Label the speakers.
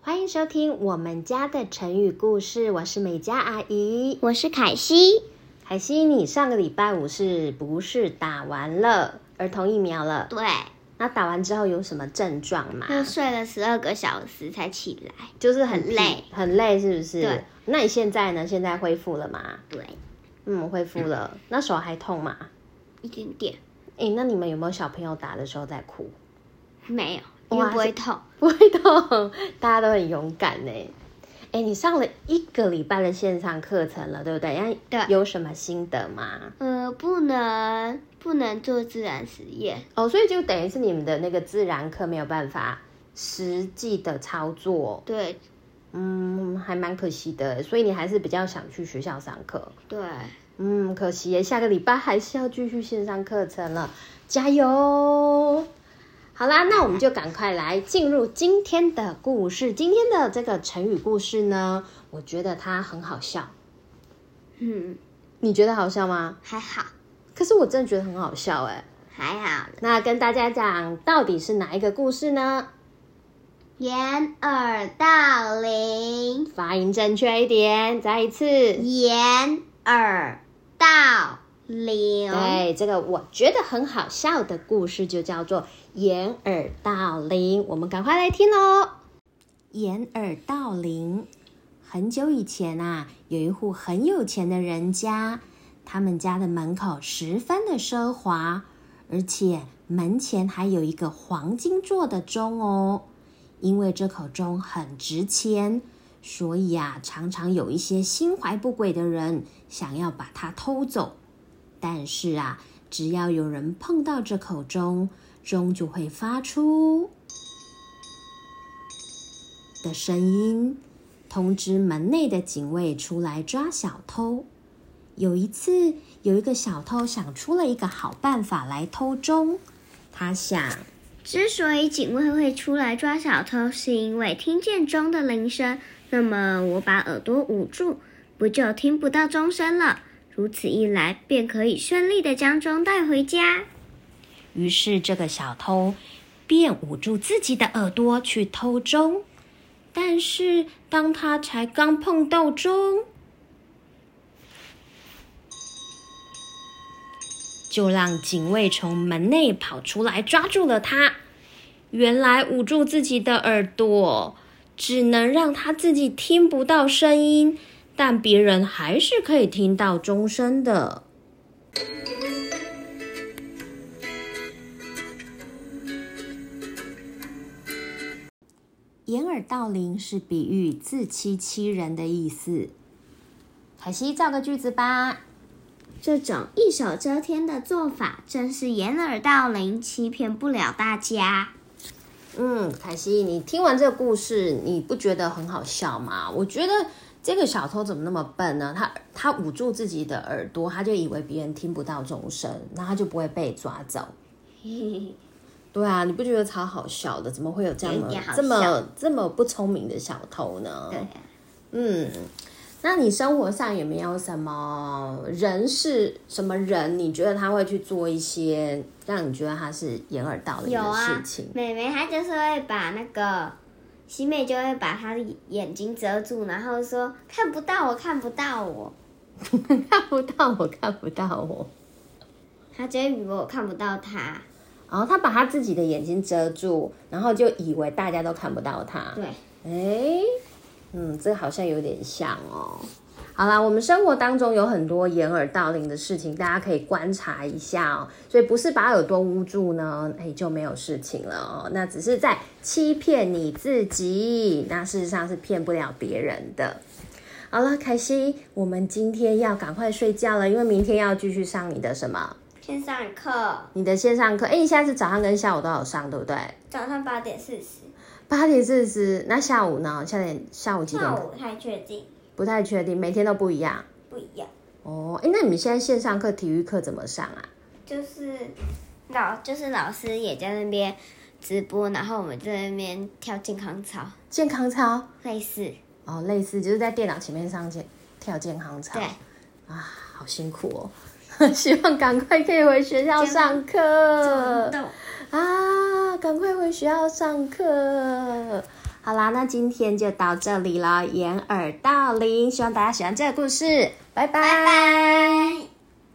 Speaker 1: 欢迎收听我们家的成语故事，我是美嘉阿姨。
Speaker 2: 我是凯西，
Speaker 1: 海西，你上个礼拜五是不是打完了儿童疫苗了？
Speaker 2: 对，
Speaker 1: 那打完之后有什么症状吗？
Speaker 2: 又睡了十二个小时才起来。
Speaker 1: 就是很疲
Speaker 2: 很累，
Speaker 1: 很累，是不是？
Speaker 2: 对。
Speaker 1: 那你现在呢？现在恢复了吗？
Speaker 2: 对，
Speaker 1: 嗯，恢复了。那手还痛吗？
Speaker 2: 一点点
Speaker 1: 诶，那你们有没有小朋友打的时候在哭？
Speaker 2: 没有，
Speaker 1: 哇
Speaker 2: 因为不会痛。
Speaker 1: 不会痛，大家都很勇敢呢。诶，你上了一个礼拜的线上课程了，对不对？那
Speaker 2: 对
Speaker 1: 有什么心得吗？
Speaker 2: 呃，不能不能做自然实验。
Speaker 1: 哦，所以就等于是你们的那个自然课没有办法实际的操作，
Speaker 2: 对
Speaker 1: 嗯，还蛮可惜的。所以你还是比较想去学校上课。
Speaker 2: 对，
Speaker 1: 嗯，可惜耶，下个礼拜还是要继续线上课程了，加油！好啦，那我们就赶快来进入今天的故事。今天的这个成语故事呢，我觉得它很好笑，
Speaker 2: 嗯，
Speaker 1: 你觉得好笑吗？
Speaker 2: 还好
Speaker 1: 可是我真的觉得很好笑哎。
Speaker 2: 还好。
Speaker 1: 那跟大家讲，到底是哪一个故事呢？
Speaker 2: 掩耳盗铃，
Speaker 1: 发音正确一点，再一次。
Speaker 2: 掩耳盗铃。
Speaker 1: 对，这个我觉得很好笑的故事就叫做掩耳盗铃，我们赶快来听喽。掩耳盗铃，很久以前啊，有一户很有钱的人家，他们家的门口十分的奢华，而且门前还有一个黄金做的钟哦。因为这口钟很值钱，所以啊，常常有一些心怀不轨的人想要把它偷走。但是啊，只要有人碰到这口钟，钟就会发出的声音，通知门内的警卫出来抓小偷。有一次，有一个小偷想出了一个好办法来偷钟，他想。
Speaker 2: 之所以警卫会出来抓小偷，是因为听见钟的铃声。那么我把耳朵捂住，不就听不到钟声了？如此一来，便可以顺利的将钟带回家。
Speaker 1: 于是这个小偷便捂住自己的耳朵去偷钟，但是当他才刚碰到钟，就让警卫从门内跑出来抓住了他。原来捂住自己的耳朵，只能让他自己听不到声音，但别人还是可以听到钟声的。掩耳盗铃是比喻自欺欺人的意思。凯西造个句子吧。
Speaker 2: 这种一手遮天的做法，真是掩耳盗铃，欺骗不了大家。
Speaker 1: 嗯，凯西，你听完这个故事，你不觉得很好笑吗？我觉得这个小偷怎么那么笨呢？他他捂住自己的耳朵，他就以为别人听不到钟声，那他就不会被抓 走。对啊，你不觉得超好笑的？怎么会有这样
Speaker 2: 有一
Speaker 1: 的
Speaker 2: 点好笑
Speaker 1: 这么这么不聪明的小偷呢？
Speaker 2: 对，
Speaker 1: 嗯，那你生活上有没有什么人是什么人？你觉得他会去做一些让你觉得他是掩耳盗铃
Speaker 2: 有
Speaker 1: 的事
Speaker 2: 啊
Speaker 1: 情，？
Speaker 2: 美美她就是会把那个喜美就会把她的眼睛遮住，然后说看不到我，看不到我。
Speaker 1: 看不到我，看不到我。
Speaker 2: 他就会以为我看不到他。
Speaker 1: 然后他把他自己的眼睛遮住，然后就以为大家都看不到他。
Speaker 2: 对，
Speaker 1: 哎，嗯，这好像有点像哦。好啦，我们生活当中有很多掩耳盗铃的事情，大家可以观察一下哦。所以不是把耳朵捂住呢，哎，就没有事情了哦。那只是在欺骗你自己，那事实上是骗不了别人的。好了，凯西，我们今天要赶快睡觉了，因为明天要继续上你的什么？
Speaker 2: 线上课
Speaker 1: 你的线上课。哎，你现在是早上跟下午都有上，对不对？
Speaker 2: 早上八点四十，
Speaker 1: 八点四十，那下午呢？下点下午几点
Speaker 2: 下
Speaker 1: 课？
Speaker 2: 午不太确定，
Speaker 1: 不太确定，每天都不一样。
Speaker 2: 不一样，
Speaker 1: 哦，哎，那你们现在线上课体育课怎么上啊？
Speaker 2: 就是老就是老师也在那边直播，然后我们在那边跳健康操，
Speaker 1: 健康操
Speaker 2: 类似
Speaker 1: 哦，类似就是在电脑前面上健跳健康操。
Speaker 2: 对，
Speaker 1: 啊，好辛苦哦， 希望赶快可以回学校上课呃
Speaker 2: 动。
Speaker 1: 啊，赶快回学校上课。好啦，那今天就到这里了，掩耳盗铃，希望大家喜欢这个故事，拜拜
Speaker 2: 拜。